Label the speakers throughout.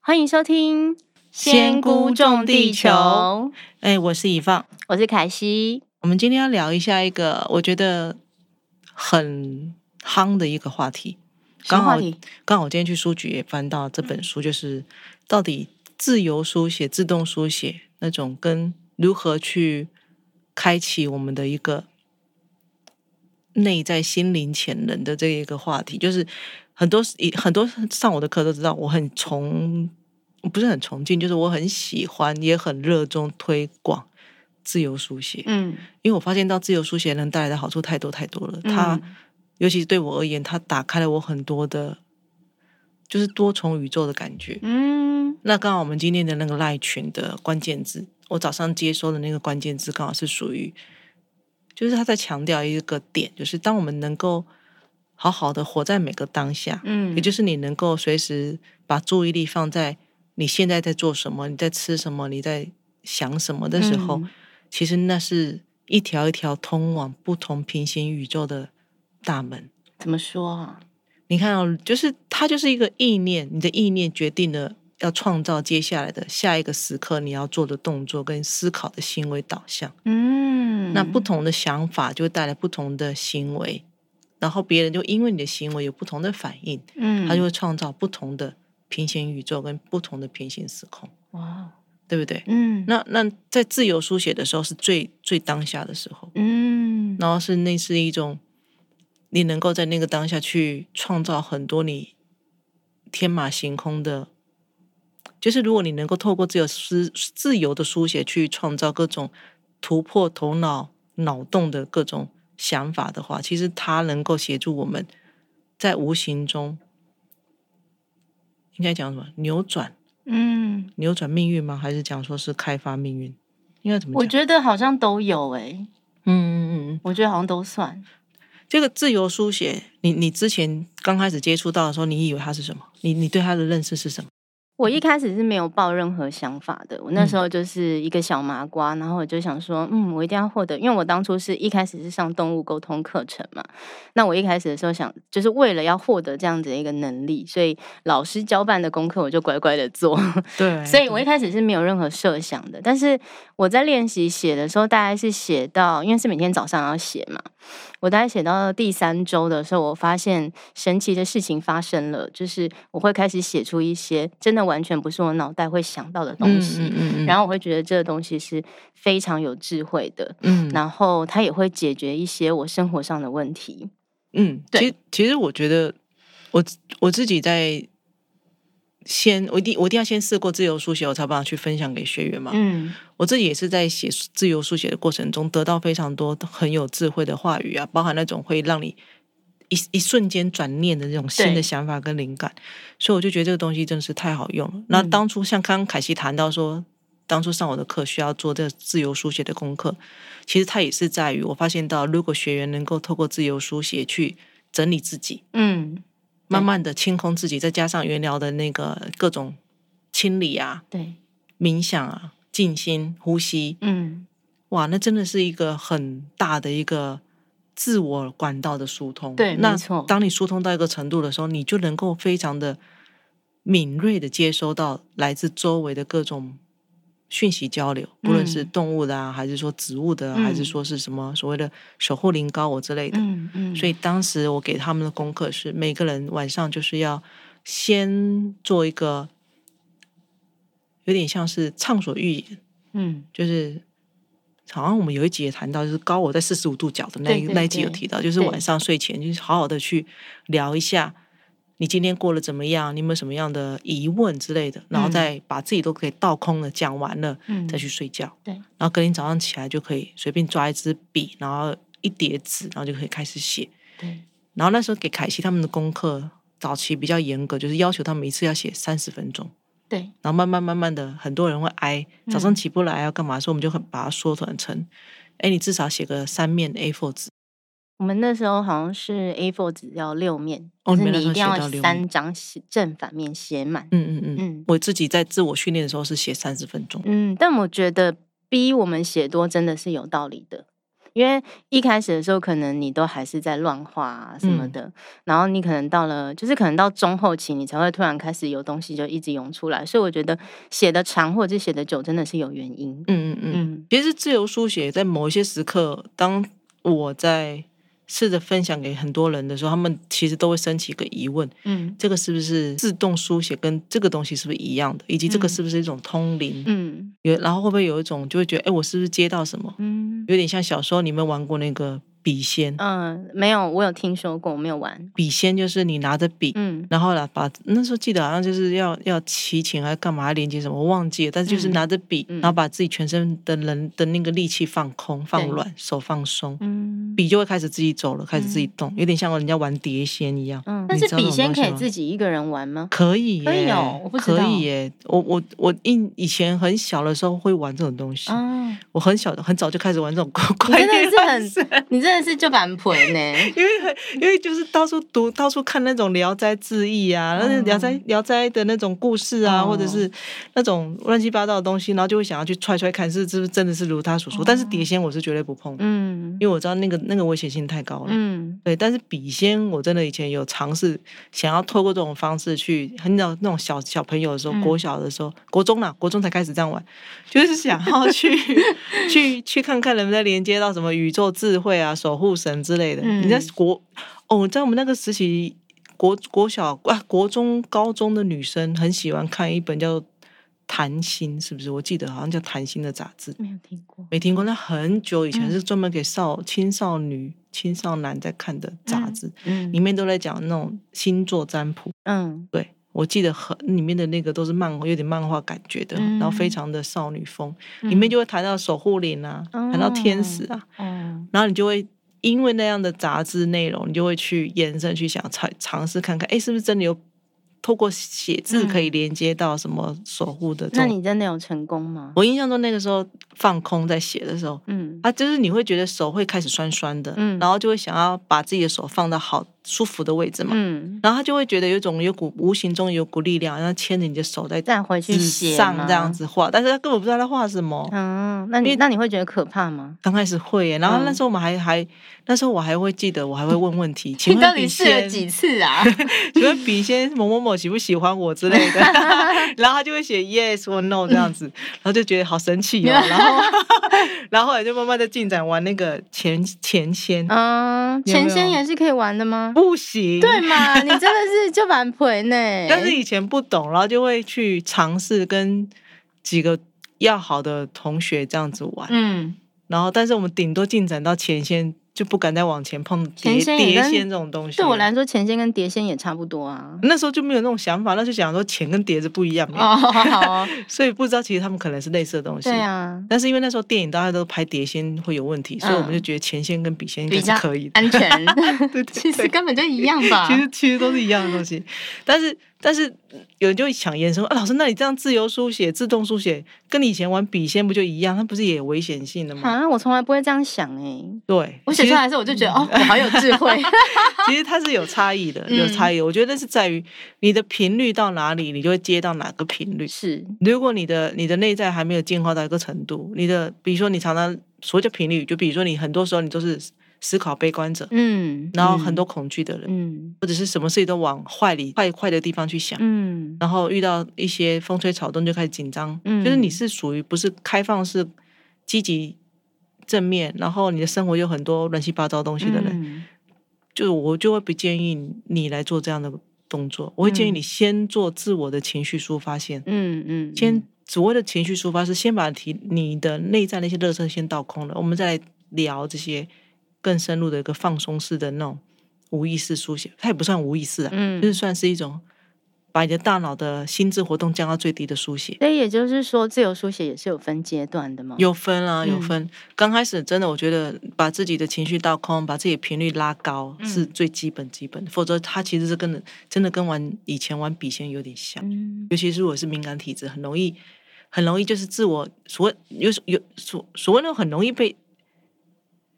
Speaker 1: 欢迎收听《
Speaker 2: 仙姑种地球》，哎，我是以放。
Speaker 1: 我是凯西。
Speaker 2: 我们今天要聊一下一个我觉得很夯的一个话题。
Speaker 1: 什么
Speaker 2: 刚好
Speaker 1: 话题
Speaker 2: 刚好我今天去书局也翻到这本书，就是到底自由书写、自动书写那种跟如何去开启我们的一个内在心灵潜能的这一个话题，就是很多以很多上我的课都知道，我很崇不是很崇敬，就是我很喜欢，也很热衷推广自由书写。
Speaker 1: 嗯，
Speaker 2: 因为我发现到自由书写能带来的好处太多太多了。
Speaker 1: 嗯
Speaker 2: 它，尤其是对我而言，它打开了我很多的，就是多重宇宙的感觉。
Speaker 1: 嗯
Speaker 2: 那刚好我们今天的那个赖群的关键字，我早上接收的那个关键字刚好是属于，就是他在强调一个点，就是当我们能够好好的活在每个当下，
Speaker 1: 嗯，
Speaker 2: 也就是你能够随时把注意力放在你现在在做什么，你在吃什么，你在想什么的时候，
Speaker 1: 嗯
Speaker 2: 其实那是一条一条通往不同平行宇宙的大门。
Speaker 1: 怎么说啊？
Speaker 2: 你看哦，就是它就是一个意念，你的意念决定了要创造接下来的下一个时刻你要做的动作跟思考的行为导向。
Speaker 1: 嗯，
Speaker 2: 那不同的想法就会带来不同的行为，然后别人就因为你的行为有不同的反应。
Speaker 1: 嗯，
Speaker 2: 它就会创造不同的平行宇宙跟不同的平行时空，
Speaker 1: 哇，
Speaker 2: 对不对？
Speaker 1: 嗯，
Speaker 2: 那那在自由书写的时候是最最当下的时候，
Speaker 1: 嗯
Speaker 2: 然后是那是一种你能够在那个当下去创造很多你天马行空的，就是如果你能够透过自由思自由的书写去创造各种突破头脑脑洞的各种想法的话，其实它能够协助我们在无形中应该讲什么扭转
Speaker 1: 嗯，
Speaker 2: 扭转命运吗？还是讲说是开发命运？应该怎么
Speaker 1: 我
Speaker 2: 讲？
Speaker 1: 觉得好像都有诶、
Speaker 2: 嗯嗯嗯嗯。
Speaker 1: 我觉得好像都算。
Speaker 2: 这个自由书写，你你之前刚开始接触到的时候，你以为它是什么？你你对它的认识是什么？
Speaker 1: 我一开始是没有抱任何想法的，我那时候就是一个小麻瓜，然后我就想说，嗯，我一定要获得，因为我当初是一开始是上动物沟通课程嘛，那我一开始的时候想，就是为了要获得这样子的一个能力，所以老师交办的功课我就乖乖的做，
Speaker 2: 对
Speaker 1: 所以我一开始是没有任何设想的，但是我在练习写的时候，大概是写到，因为是每天早上要写嘛，我大概写到第三周的时候，我发现神奇的事情发生了，就是我会开始写出一些真的完全不是我脑袋会想到的东西，
Speaker 2: 嗯嗯嗯，
Speaker 1: 然
Speaker 2: 后
Speaker 1: 后我会觉得这个东西是非常有智慧的，
Speaker 2: 嗯
Speaker 1: 然后它也会解决一些我生活上的问题。
Speaker 2: 嗯，
Speaker 1: 对
Speaker 2: 其实其实我觉得我我自己在先，我一定我一定要先试过自由书写，我才有办法去分享给学员嘛。
Speaker 1: 嗯
Speaker 2: 我自己也是在写自由书写的过程中，得到非常多很有智慧的话语啊，包含那种会让你一一瞬间转念的这种新
Speaker 1: 对
Speaker 2: 的想法跟灵感，所以我就觉得这个东西真的是太好用了。那当初像刚刚凯西谈到说，当初上我的课需要做这自由书写的功课，其实它也是在于我发现到，如果学员能够透过自由书写去整理自己，
Speaker 1: 嗯，
Speaker 2: 慢慢的清空自己，再加上原聊的那个各种清理啊、
Speaker 1: 对，
Speaker 2: 冥想啊、静心、呼吸，
Speaker 1: 嗯
Speaker 2: 哇，那真的是一个很大的一个自我管道的疏通。
Speaker 1: 对
Speaker 2: 那
Speaker 1: 没错
Speaker 2: 当你疏通到一个程度的时候，你就能够非常的敏锐的接收到来自周围的各种讯息交流，不论是
Speaker 1: 嗯
Speaker 2: 动物的啊，还是说植物的啊、还是
Speaker 1: 嗯
Speaker 2: 说是什么所谓的守护灵高我之类的。
Speaker 1: 嗯嗯，
Speaker 2: 所以当时我给他们的功课是，每个人晚上就是要先做一个，有点像是畅所欲言。
Speaker 1: 嗯
Speaker 2: 就是好像我们有一集也谈到，就是高我在四十五度角的那一
Speaker 1: 对对
Speaker 2: 那一集有
Speaker 1: 对
Speaker 2: 提到，就是
Speaker 1: 对
Speaker 2: 晚上睡前就是好好的去聊一下你今天过得怎么样，你有没有什么样的疑问之类的，然后
Speaker 1: 嗯
Speaker 2: 再把自己都给倒空了，讲完了
Speaker 1: 嗯
Speaker 2: 再去睡觉。
Speaker 1: 对
Speaker 2: 然后隔天早上起来就可以随便抓一支笔，然后一叠纸，然后就可以开始写。
Speaker 1: 对，
Speaker 2: 然后那时候给凯西他们的功课，早期比较严格，就是要求他们一次要写三十分钟。
Speaker 1: 对，
Speaker 2: 然后慢慢慢慢的，很多人会挨早上
Speaker 1: 嗯
Speaker 2: 起不来要干嘛，所以我们就很把它缩短成，哎，你至少写个三面 A4 纸，
Speaker 1: 我们那时候好像是 A4 纸要六面，
Speaker 2: 哦
Speaker 1: 就是
Speaker 2: 你们那
Speaker 1: 你
Speaker 2: 时
Speaker 1: 一定要
Speaker 2: 候写到六面
Speaker 1: 三张写正反面写满。
Speaker 2: 嗯嗯嗯。
Speaker 1: 嗯
Speaker 2: 我自己在自我训练的时候是写三十分钟，
Speaker 1: 嗯，但我觉得逼我们写多真的是有道理的，因为一开始的时候，可能你都还是在乱画、啊、什
Speaker 2: 嗯
Speaker 1: 么的，然后你可能到了，就是可能到中后期，你才会突然开始有东西就一直涌出来。所以我觉得写的长或者写的久，真的是有原因。
Speaker 2: 嗯嗯嗯。
Speaker 1: 嗯
Speaker 2: 其实自由书写在某一些时刻，当我在试着分享给很多人的时候，他们其实都会升起一个疑问：
Speaker 1: 嗯
Speaker 2: 这个是不是自动书写跟这个东西是不是一样的？以及这个
Speaker 1: 嗯
Speaker 2: 是不是一种通灵？
Speaker 1: 嗯
Speaker 2: 有然后会不会有一种就会觉得，哎，我是不是接到什么？
Speaker 1: 嗯
Speaker 2: 有点像小时候你们玩过那个笔仙，
Speaker 1: 嗯，没有，我有听说过，我没有玩。
Speaker 2: 笔仙就是你拿着笔，
Speaker 1: 嗯
Speaker 2: 然后呢把那时候记得好像就是要要骑琴还是干嘛还连接什么，我忘记了，但是就是
Speaker 1: 嗯
Speaker 2: 拿着笔，
Speaker 1: 嗯
Speaker 2: 然后把自己全身的人的那个力气放空、放
Speaker 1: 对
Speaker 2: 软，手放松，
Speaker 1: 嗯
Speaker 2: 笔就会开始自己走了，开始自己动，有点像人家玩碟仙一样。
Speaker 1: 嗯，
Speaker 2: 你
Speaker 1: 但是
Speaker 2: 知道
Speaker 1: 笔
Speaker 2: 这种
Speaker 1: 仙
Speaker 2: 东西
Speaker 1: 可以
Speaker 2: 吗
Speaker 1: 自己一个人玩 吗？
Speaker 2: 可以耶，
Speaker 1: 可以哦我不知
Speaker 2: 可
Speaker 1: 道
Speaker 2: 以耶。我我我印以前很小的时候会玩这种东西，
Speaker 1: 啊，
Speaker 2: 我很小的很早就开始玩这种 怪
Speaker 1: 你
Speaker 2: 怪
Speaker 1: 真的
Speaker 2: 力
Speaker 1: 是
Speaker 2: 乱神
Speaker 1: 很，你真的是就蛮婆呢。
Speaker 2: 因为很因为就是到处读、到处看那种《聊斋志异》啊，那是《聊斋》《聊斋》的那种故事啊，
Speaker 1: 嗯哦
Speaker 2: 或者是那种乱七八糟的东西，然后就会想要去揣揣看是是不是真的是如他所说。但是碟仙我是绝对不碰的，
Speaker 1: 哦嗯
Speaker 2: 因为我知道那个那个危险性太高了。
Speaker 1: 嗯
Speaker 2: 对，但是笔仙我真的以前有尝试，想要透过这种方式去，很早那种小小朋友的时候，
Speaker 1: 嗯
Speaker 2: 国小的时候，国中啦，国中才开始这样玩，就是想要 去去去看看能不能连接到什么宇宙智慧啊、守护神之类的。你在
Speaker 1: 嗯
Speaker 2: 国哦，在我们那个时期，国国小啊、国中、高中的女生很喜欢看一本叫《谈心》，是不是？我记得好像叫《谈心》的杂志。
Speaker 1: 没有听过。
Speaker 2: 没听过，那很久以前
Speaker 1: 嗯
Speaker 2: 是专门给少、青少女、青少男在看的杂志，
Speaker 1: 嗯
Speaker 2: 里面都在讲那种星座占卜。
Speaker 1: 嗯
Speaker 2: 对我记得很里面的那个都是漫画，有点漫画感觉的，
Speaker 1: 嗯
Speaker 2: 然后非常的少女风，里面就会谈到守护灵啊，谈到天使啊，
Speaker 1: 哦
Speaker 2: 然后你就会。因为那样的杂志内容，你就会去延伸去想尝尝试看看，哎，是不是真的有透过写字
Speaker 1: 嗯
Speaker 2: 可以连接到什么守护的这
Speaker 1: 那
Speaker 2: 种？
Speaker 1: 你真的有成功吗？
Speaker 2: 我印象中那个时候放空在写的时候，
Speaker 1: 嗯
Speaker 2: 啊，就是你会觉得手会开始酸酸的，
Speaker 1: 嗯
Speaker 2: 然后就会想要把自己的手放到好舒服的位置嘛，
Speaker 1: 嗯，
Speaker 2: 然后他就会觉得有一种有股无形中有股力量，然后牵着你的手在
Speaker 1: 再回去
Speaker 2: 纸
Speaker 1: 写
Speaker 2: 上这样
Speaker 1: 吗。
Speaker 2: 子画，但是他根本不知道他画什么。
Speaker 1: 嗯，那你那你会觉得可怕吗？
Speaker 2: 刚开始会耶，然后那
Speaker 1: 嗯
Speaker 2: 时候我们还还那时候我还会记得，我还会问 问题，请
Speaker 1: 你
Speaker 2: 问
Speaker 1: 到
Speaker 2: 笔
Speaker 1: 底试了
Speaker 2: 仙，
Speaker 1: 几次 啊？
Speaker 2: 请问笔仙某某某喜不喜欢我之类 的，然后他就会写 yes or no 这样子，
Speaker 1: 嗯
Speaker 2: 然后就觉得好神奇哦，然后然后后来就慢慢的进展玩那个前前仙，
Speaker 1: 嗯，前
Speaker 2: 有
Speaker 1: 仙
Speaker 2: 没有
Speaker 1: 也是可以玩的吗？
Speaker 2: 不行，
Speaker 1: 对嘛，你真的是就蛮婆呢。
Speaker 2: 但是以前不懂，然后就会去尝试跟几个要好的同学这样子玩，
Speaker 1: 嗯，
Speaker 2: 然后但是我们顶多进展到前线，就不敢再往前碰
Speaker 1: 前
Speaker 2: 碟
Speaker 1: 线也
Speaker 2: 碟
Speaker 1: 跟
Speaker 2: 仙这种东西。
Speaker 1: 对我来，说，前仙跟碟仙也差不多啊。
Speaker 2: 那时候就没有那种想法，那就想说钱跟碟子不一样耶，
Speaker 1: 哦，好哦，
Speaker 2: 所以不知道其实他们可能是类似的东西。
Speaker 1: 对 啊，
Speaker 2: 但是因为那时候电影大家都拍碟仙会有问题，所以我们
Speaker 1: 嗯
Speaker 2: 就觉得前线跟笔仙应
Speaker 1: 比
Speaker 2: 该
Speaker 1: 较
Speaker 2: 是可以 的。
Speaker 1: 安全。
Speaker 2: 对对对
Speaker 1: 其实根本就一样吧。
Speaker 2: 其实其实都是一样的东西，但是但是有人就会想延伸啊，老师，那你这样自由书写、自动书写，跟你以前玩笔仙不就一样？它不是也有危险性的吗？
Speaker 1: 啊，我从来不会这样想哎、
Speaker 2: 对，
Speaker 1: 我写出来的时候，我就觉得
Speaker 2: 嗯
Speaker 1: 哦，我好有智 慧。
Speaker 2: 其实，其实它是有差异的，
Speaker 1: 嗯
Speaker 2: 有差异的。我觉得那是在于你的频率到哪里，你就会接到哪个频率。
Speaker 1: 是，
Speaker 2: 如果你的你的内在还没有进化到一个程度，你的比如说你常常所谓的频率，就比如说你很多时候你都是思考悲观者，
Speaker 1: 嗯，
Speaker 2: 然后很多，恐惧的人，
Speaker 1: 嗯
Speaker 2: 或者是什么事情都往坏里坏坏的地方去想。
Speaker 1: 嗯
Speaker 2: 然后遇到一些风吹草动就开始紧张，
Speaker 1: 嗯
Speaker 2: 就是你是属于不是开放式、积极、正面，然后你的生活有很多乱七八糟东西的人，
Speaker 1: 嗯
Speaker 2: 就我就会不建议你来做这样的动作，我会建议
Speaker 1: 嗯
Speaker 2: 你先做自我的情绪抒发先，
Speaker 1: 嗯嗯，
Speaker 2: 先所谓的情绪抒发是先把提你的内在那些热色先倒空了，我们再来聊这些更深入的一个放松式的那种无意识书写，它也不算无意识啊，
Speaker 1: 嗯
Speaker 2: 就是算是一种把你的大脑的心智活动降到最低的书写。
Speaker 1: 所以也就是说，自由书写也是有分阶段的嘛。，
Speaker 2: 有分啊，
Speaker 1: 嗯
Speaker 2: 有分。刚开始真的，我觉得把自己的情绪倒空，把自己的频率拉高
Speaker 1: 嗯
Speaker 2: 是最基本基本的，否则它其实是跟真的跟玩以前玩笔仙有点像。
Speaker 1: 嗯
Speaker 2: 尤其是我是敏感体质，很容易，很容易就是自我所谓有有所所谓那种很容易被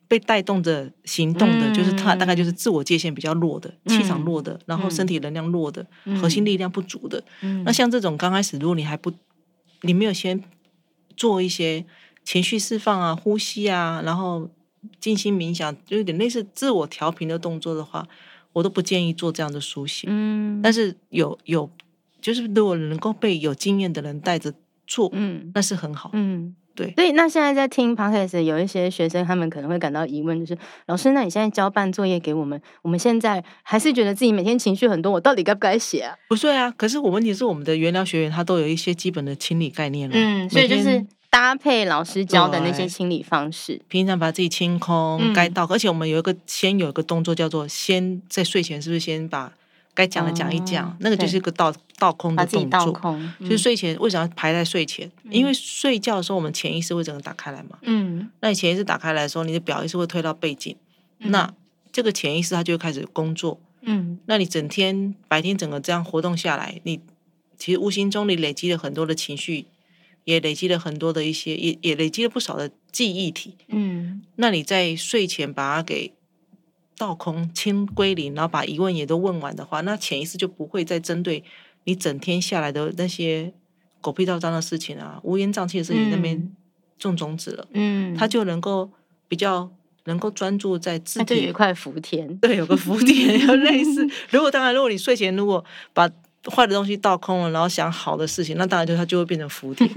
Speaker 2: 被带动着行动的，就是他大概就是自我界限比较弱的，气场
Speaker 1: 嗯
Speaker 2: 弱的，然后身体能量弱的，核心力量不足的。
Speaker 1: 嗯
Speaker 2: 那像这种刚开始，如果你还不，你没有先做一些情绪释放啊、呼吸啊，然后静心冥想，就有点类似自我调频的动作的话，我都不建议做这样的书写。
Speaker 1: 嗯，
Speaker 2: 但
Speaker 1: 是
Speaker 2: 是有有，就是如果能够被有经验的人带着做，
Speaker 1: 嗯
Speaker 2: 那是很好。
Speaker 1: 嗯，
Speaker 2: 对
Speaker 1: 所以那现在在听 podcast 有一些学生，他们可能会感到疑问，就是老师，那你现在交办作业给我们，我们现在还是觉得自己每天情绪很多，我到底该不该写啊？
Speaker 2: 不是啊，可是我问题是我们的原疗学员他都有一些基本的清理概念了。
Speaker 1: 嗯，所以就
Speaker 2: 每
Speaker 1: 是
Speaker 2: 天
Speaker 1: 搭配老师教的那些
Speaker 2: 对
Speaker 1: 清理方式。
Speaker 2: 平常把自己清空，
Speaker 1: 嗯
Speaker 2: 该到，而且我们有一个先有一个动作叫做先在睡前是不是先把该讲的讲一讲，
Speaker 1: 哦
Speaker 2: 那个就是一个倒倒空
Speaker 1: 把
Speaker 2: 的
Speaker 1: 自己
Speaker 2: 动
Speaker 1: 倒
Speaker 2: 作。
Speaker 1: 空，嗯
Speaker 2: 就是睡前为什么要排在睡前？因为睡觉的时候，我们潜意识会整个打开来嘛。
Speaker 1: 嗯，
Speaker 2: 那你潜意识打开来的时候，你的表意识会推到背景，
Speaker 1: 嗯
Speaker 2: 那这个潜意识它就会开始工作。
Speaker 1: 嗯
Speaker 2: 那你整天白天整个这样活动下来，你其实无形中你累积了很多的情绪，也累积了很多的一些，也也累积了不少的记忆体。
Speaker 1: 嗯
Speaker 2: 那你在睡前把它给倒空、清归零，然后把疑问也都问完的话，那潜意识就不会再针对你整天下来的那些狗屁倒灶的事情啊、乌烟瘴气的事情那边
Speaker 1: 嗯
Speaker 2: 种种子了，
Speaker 1: 嗯，
Speaker 2: 它就能够比较能够专注在自
Speaker 1: 那就有
Speaker 2: 己
Speaker 1: 一块福田，
Speaker 2: 对，有个浮 点，有类似。如果当然，如果你睡前如果把坏的东西倒空了，然后想好的事情，那当然就它就会变成浮 点。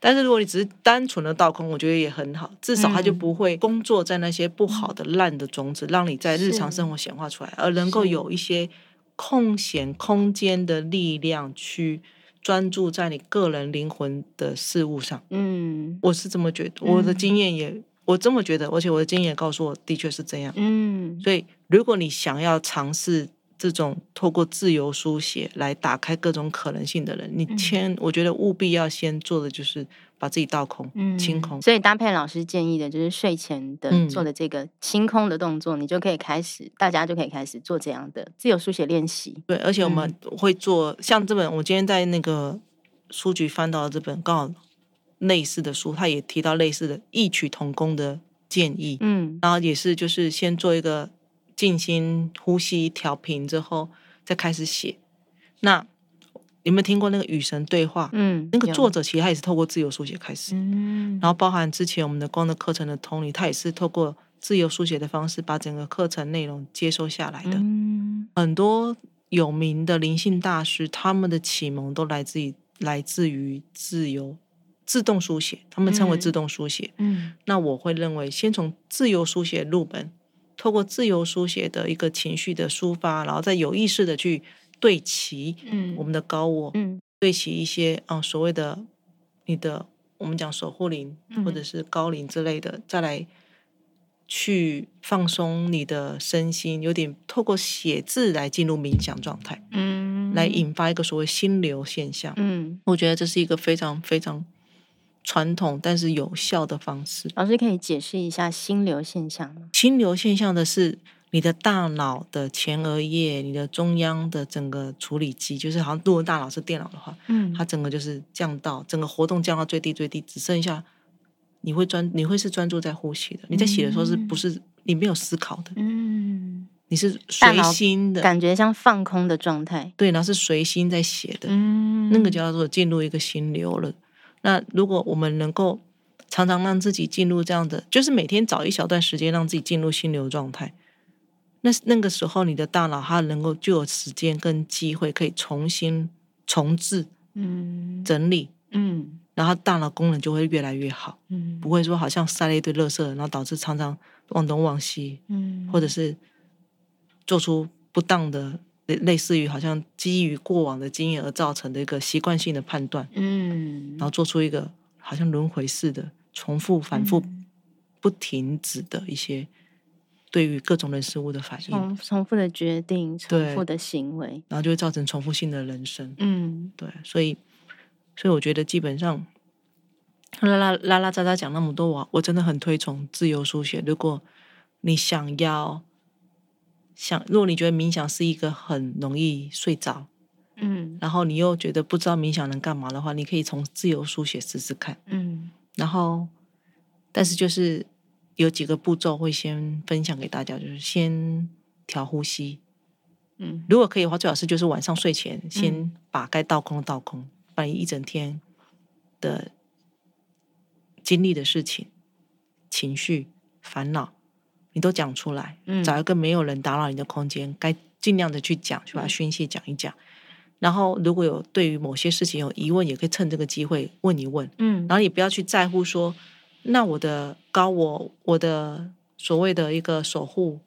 Speaker 2: 但是如果你只是单纯的倒空，我觉得也很好，至少它就
Speaker 1: 嗯
Speaker 2: 不会工作在那些不好的烂的种子，让你在日常
Speaker 1: 是
Speaker 2: 生活显化出来，而能够
Speaker 1: 是
Speaker 2: 有一些空闲空间的力量去专注在你个人灵魂的事物上。
Speaker 1: 嗯
Speaker 2: 我是这么觉得，我的
Speaker 1: 嗯
Speaker 2: 经验也、我这么觉得，而且我的经验也告诉我的确是这样。
Speaker 1: 嗯
Speaker 2: 所以，如果你想要尝试这种透过自由书写来打开各种可能性的人，你
Speaker 1: 嗯
Speaker 2: 千、我觉得务必要先做的就是把自己倒空、
Speaker 1: 嗯
Speaker 2: 清空。
Speaker 1: 所以搭配老师建议的，就是睡前的、
Speaker 2: 嗯
Speaker 1: 做的这个清空的动作，你就可以开始，大家就可以开始做这样的自由书写练习。
Speaker 2: 对，而且我们
Speaker 1: 嗯
Speaker 2: 会做、像这本，我今天在那个书局翻到的这本刚好类似的书，它也提到类似的异曲同工的建议，
Speaker 1: 嗯
Speaker 2: 然后也是就是先做一个静心呼吸调频之后，再开始写。那有没有听过那个与神对话？
Speaker 1: 嗯，
Speaker 2: 那个
Speaker 1: 有
Speaker 2: 作，者其实他也是透过自由书写开始，
Speaker 1: 嗯
Speaker 2: 然后包含之前我们的光的课程的 Tony，他也是透过自由书写的方式把整个课程内容接收下来的。
Speaker 1: 嗯
Speaker 2: 很多有名的灵性大师，他们的启蒙都来自于来自于自由自动书写，他们称为
Speaker 1: 嗯
Speaker 2: 自动书写。
Speaker 1: 嗯
Speaker 2: 那我会认为，先从自由书写入门，透过自由书写的一个情绪的抒发，然后再有意识的去对齐
Speaker 1: 嗯
Speaker 2: 我们的高我，
Speaker 1: 嗯
Speaker 2: 对其一些啊、呃所谓的你的我们讲守护灵或者
Speaker 1: 嗯
Speaker 2: 是高灵之类的，再来去放松你的身心，有点透过写字来进入冥想状态，
Speaker 1: 嗯
Speaker 2: 来引发一个所谓心流现象。
Speaker 1: 嗯，
Speaker 2: 我觉得这是一个非常非常传统但是有效的方式。
Speaker 1: 老师可以解释一下心流现象吗？
Speaker 2: 心流现象的是你的大脑的前额叶，你的中央的整个处理机，就是好像如果大脑是电脑的话，
Speaker 1: 嗯
Speaker 2: 它整个就是降到整个活动降到最低最低，只剩下你会专你会是专注在呼吸的。你在写的时候是不是你没有思考的？
Speaker 1: 嗯，
Speaker 2: 你是
Speaker 1: 大
Speaker 2: 随
Speaker 1: 脑
Speaker 2: 心的，
Speaker 1: 感觉像放空的状态。
Speaker 2: 对，然后是随心在写的，
Speaker 1: 嗯
Speaker 2: 那个叫做进入一个心流了。那如果我们能够常常让自己进入这样的，就是每天找一小段时间让自己进入心流状态，那那个时候你的大脑它能够就有时间跟机会可以重新重置
Speaker 1: 嗯
Speaker 2: 整理，
Speaker 1: 嗯
Speaker 2: 然后大脑功能就会越来越好，
Speaker 1: 嗯
Speaker 2: 不会说好像塞了一堆垃圾，然后导致常常忘东忘西，
Speaker 1: 嗯，
Speaker 2: 或者是做出不当的。类类似于好像基于过往的经验而造成的一个习惯性的判断，
Speaker 1: 嗯
Speaker 2: 然后做出一个好像轮回似的、重复、反复、
Speaker 1: 嗯
Speaker 2: 不停止的一些对于各种人事物的反应，
Speaker 1: 重重复的决定，重
Speaker 2: 对
Speaker 1: 复的行为。
Speaker 2: 然后就会造成重复性的人生。
Speaker 1: 嗯
Speaker 2: 对，所以，所以我觉得基本上，啦啦啦啦喳喳讲那么多，我我真的很推崇自由书写。如果你想要想，如果你觉得冥想是一个很容易睡着，
Speaker 1: 嗯
Speaker 2: 然后你又觉得不知道冥想能干嘛的话，你可以从自由书写试试看。
Speaker 1: 嗯
Speaker 2: 然后，但是就是有几个步骤会先分享给大家，就是先调呼吸。
Speaker 1: 嗯
Speaker 2: 如果可以的话，最好是就是晚上睡前先把该倒空的倒空，把你一整天的经历的事情、情绪、烦恼，你都讲出来，
Speaker 1: 嗯
Speaker 2: 找一个没有人打扰你的空间，该尽量的去讲，去把它宣泄讲一讲。然后如果有对于某些事情有疑问，也可以趁这个机会问一问。
Speaker 1: 嗯
Speaker 2: 然后也不要去在乎说，那我的高我，我的所谓的一个守护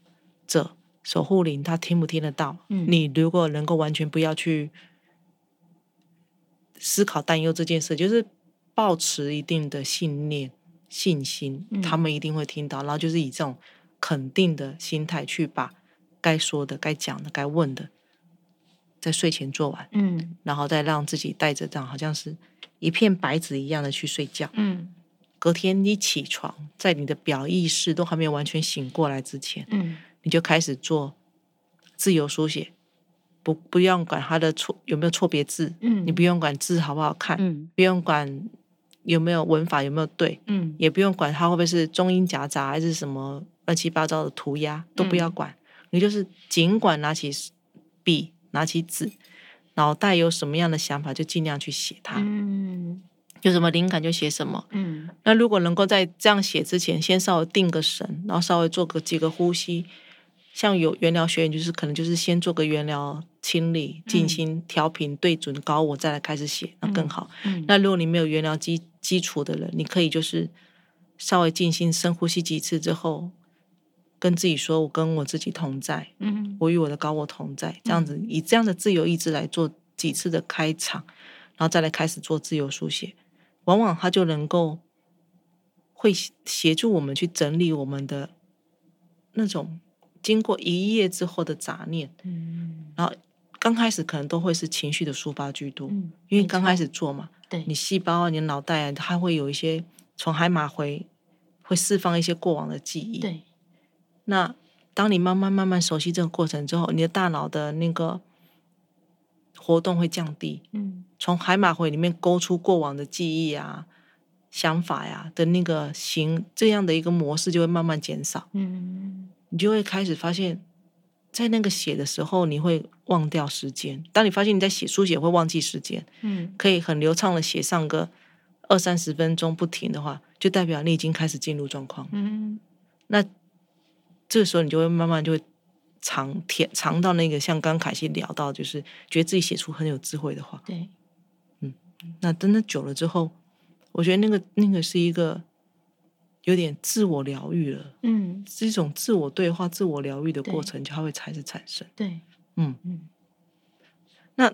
Speaker 2: 者、守护灵，他听不听得到？
Speaker 1: 嗯
Speaker 2: 你如果能够完全不要去思考担忧这件事，就是保持一定的信念、信心，
Speaker 1: 嗯
Speaker 2: 他们一定会听到。然后就是以这种肯定的心态去把该说的、该讲的、该问的，在睡前做完。
Speaker 1: 嗯
Speaker 2: 然后再让自己带着这样好像是一片白纸一样的去睡觉。
Speaker 1: 嗯
Speaker 2: 隔天一起床，在你的表意识都还没有完全醒过来之前，
Speaker 1: 嗯
Speaker 2: 你就开始做自由书写，不不用管它的错有没有错别字，
Speaker 1: 嗯，
Speaker 2: 你不用管字好不好看，
Speaker 1: 嗯
Speaker 2: 不用管有没有文法有没有对，
Speaker 1: 嗯
Speaker 2: 也不用管它会不会是中英夹杂还是什么乱七八糟的涂鸦，都不要管。你就是尽管拿起笔，拿起纸，脑袋有什么样的想法就尽量去写它，
Speaker 1: 嗯
Speaker 2: 有什么灵感就写什么。
Speaker 1: 嗯
Speaker 2: 那如果能够在这样写之前，先稍微定个神，然后稍微做个几个呼吸，像有原疗学员就是可能就是先做个原疗清理、静心、调频、对准高我，再来开始写，那更好。
Speaker 1: 嗯
Speaker 2: 那如果你没有原疗基基础的人，你可以就是稍微静心深呼吸几次之后，跟自己说：“我跟我自己同在，
Speaker 1: 嗯
Speaker 2: 我与我的高我同在。”这样子，以这样的自由意志来做几次的开场，然后再来开始做自由书写，往往它就能够会协协助我们去整理我们的那种经过一夜之后的杂念。
Speaker 1: 嗯
Speaker 2: 然后刚开始可能都会是情绪的抒发居多，
Speaker 1: 嗯，
Speaker 2: 因为
Speaker 1: 没
Speaker 2: 刚
Speaker 1: 错
Speaker 2: 开始做嘛。
Speaker 1: 对
Speaker 2: 你细胞啊，你的脑袋啊，它会有一些从海马回会释放一些过往的记忆。，
Speaker 1: 对
Speaker 2: 那当你慢慢慢慢熟悉这个过程之后，你的大脑的那个活动会降低，
Speaker 1: 嗯
Speaker 2: 从海马回里面勾出过往的记忆啊、想法呀、的那个形这样的一个模式就会慢慢减少，
Speaker 1: 嗯
Speaker 2: 你就会开始发现。在那个写的时候，你会忘掉时间。当你发现你在写书写会忘记时间，
Speaker 1: 嗯
Speaker 2: 可以很流畅的写上个二三十分钟不停的话，就代表你已经开始进入状况。
Speaker 1: 嗯
Speaker 2: 那这个时候你就会慢慢就会尝甜尝到那个，像刚刚凯西聊到，就是觉得自己写出很有智慧的话。
Speaker 1: 对
Speaker 2: 那真的久了之后，我觉得那个那个是一个有点自我疗愈了，
Speaker 1: 嗯
Speaker 2: 是一种自我对话、自我疗愈的过
Speaker 1: 对
Speaker 2: 程，就它会开始产生。
Speaker 1: 对
Speaker 2: 嗯
Speaker 1: 嗯
Speaker 2: 那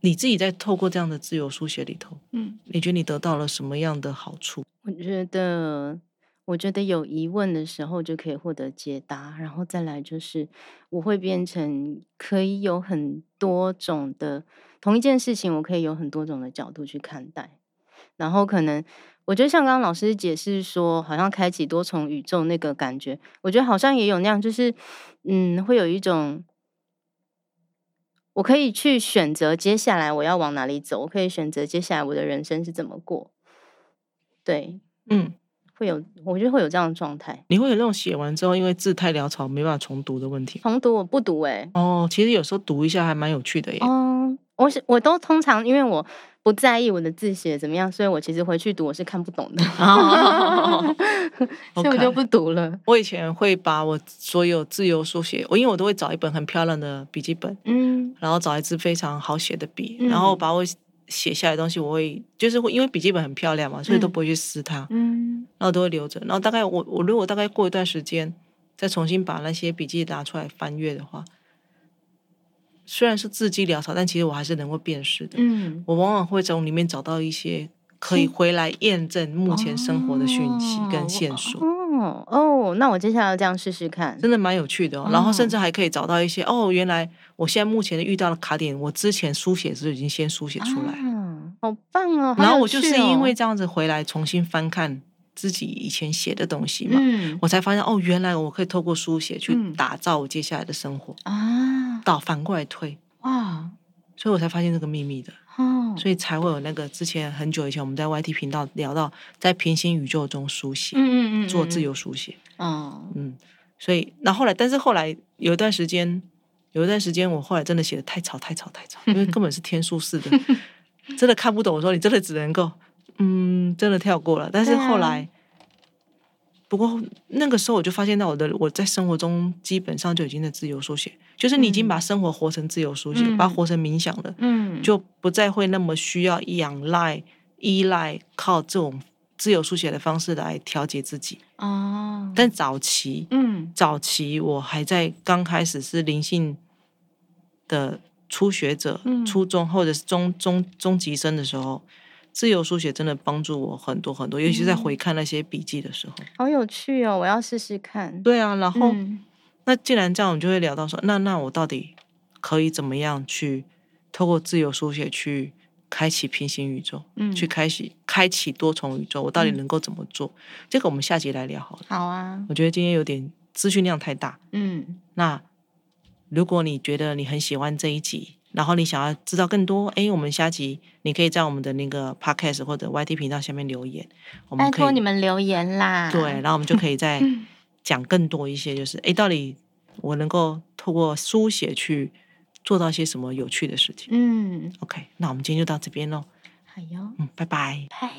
Speaker 2: 你自己在透过这样的自由书写里头，
Speaker 1: 嗯。
Speaker 2: 你觉得你得到了什么样的好处？
Speaker 1: 我觉得，我觉得有疑问的时候就可以获得解答，然后再来就是我会变成可以有很多种的同一件事情，我可以有很多种的角度去看待，然后可能。我觉得像刚刚老师解释说，好像开启多重宇宙那个感觉，我觉得好像也有那样，就是嗯，会有一种我可以去选择接下来我要往哪里走，我可以选择接下来我的人生是怎么过，对，
Speaker 2: 嗯，
Speaker 1: 会有，我觉得会有这样的状态。
Speaker 2: 你会有那种写完之后，因为字太潦草，没办法重读的问题吗。
Speaker 1: 重读我不读哎、
Speaker 2: 哦，其实有时候读一下还蛮有趣的 耶。
Speaker 1: 嗯，我是我都通常因为我不在意我的字写得怎么样，所以我其实回去读我是看不懂的，所以我
Speaker 2: 哦 OK
Speaker 1: 就不读了。
Speaker 2: 我以前会把我所有自由书写，我因为我都会找一本很漂亮的笔记本，
Speaker 1: 嗯
Speaker 2: 然后找一支非常好写的笔，
Speaker 1: 嗯
Speaker 2: 然后把我写下来的东西，我会就是会因为笔记本很漂亮嘛，所以都
Speaker 1: 嗯
Speaker 2: 不会去撕它，
Speaker 1: 嗯
Speaker 2: 然后都会留着。然后大概我我如果大概过一段时间再重新把那些笔记拿出来翻阅的话，虽然是字迹潦草，但其实我还是能够辨识的。
Speaker 1: 嗯，
Speaker 2: 我往往会从里面找到一些可以
Speaker 1: 新
Speaker 2: 回来验证目前生活的讯息跟线索，
Speaker 1: 哦哦，那我接下来要这样试试看。
Speaker 2: 真的蛮有趣的、哦。然后甚至还可以找到一些哦，原来我现在目前遇到的卡点，我之前书写的时候已经先书写出来，
Speaker 1: 啊，好棒哦！好
Speaker 2: 然后
Speaker 1: 有
Speaker 2: 我就
Speaker 1: 趣
Speaker 2: 是因为
Speaker 1: 哦
Speaker 2: 这样子回来重新翻看自己以前写的东西嘛，
Speaker 1: 嗯
Speaker 2: 我才发现哦，原来我可以透过书写去
Speaker 1: 嗯
Speaker 2: 打造我接下来的生活，
Speaker 1: 啊
Speaker 2: 倒反过来推，
Speaker 1: 哇
Speaker 2: 所以我才发现这个秘密的。
Speaker 1: 哦，
Speaker 2: 所以才会有那个之前很久以前我们在 YT 频道聊到在平行宇宙中书写，
Speaker 1: 嗯嗯嗯
Speaker 2: 做
Speaker 1: 嗯
Speaker 2: 自由书写，
Speaker 1: 哦
Speaker 2: 嗯，所以那后来，但是后来有一段时间，有一段时间我后来真的写的太吵太吵太吵，因为根本是天数式的，真的看不懂。我说你真的只能够，嗯，真的跳过了。但是
Speaker 1: 对啊
Speaker 2: 后来，不过那个时候我就发现到我的我在生活中基本上就已经在自由书写，就是你已经把生活活成自由书写，
Speaker 1: 嗯
Speaker 2: 把它活成冥想了，
Speaker 1: 嗯，
Speaker 2: 就不再会那么需要仰赖、依赖靠这种自由书写的方式来调节自己。
Speaker 1: 哦，
Speaker 2: 但早期，
Speaker 1: 嗯
Speaker 2: 早期我还在刚开始是灵性的初学者、
Speaker 1: 嗯
Speaker 2: 初中或者是中中中级生的时候，自由书写真的帮助我很多很多，尤其是在
Speaker 1: 嗯
Speaker 2: 回看那些笔记的时候。
Speaker 1: 好有趣哦，我要试试看。
Speaker 2: 嗯对啊，然后、
Speaker 1: 嗯
Speaker 2: 那既然这样，我们就会聊到说，那那我到底可以怎么样去透过自由书写去开启平行宇宙，
Speaker 1: 嗯
Speaker 2: 去开启开启多重宇宙？我到底
Speaker 1: 嗯
Speaker 2: 能够怎么做？这个我们下集来聊好了。
Speaker 1: 好啊，
Speaker 2: 我觉得今天有点资讯量太大。
Speaker 1: 嗯
Speaker 2: 那如果你觉得你很喜欢这一集，然后你想要知道更多，诶，我们下集你可以在我们的那个 podcast 或者 YT 频道下面留言，我们
Speaker 1: 拜
Speaker 2: 可
Speaker 1: 托
Speaker 2: 以
Speaker 1: 你们嗯留言啦。
Speaker 2: 对，然后我们就可以再讲更多一些，就是诶，到底我能够透过书写去做到些什么有趣的事情
Speaker 1: 嗯，
Speaker 2: ？OK，那我们今天就到这边喽，
Speaker 1: 好哟，
Speaker 2: 嗯，拜拜。
Speaker 1: 拜。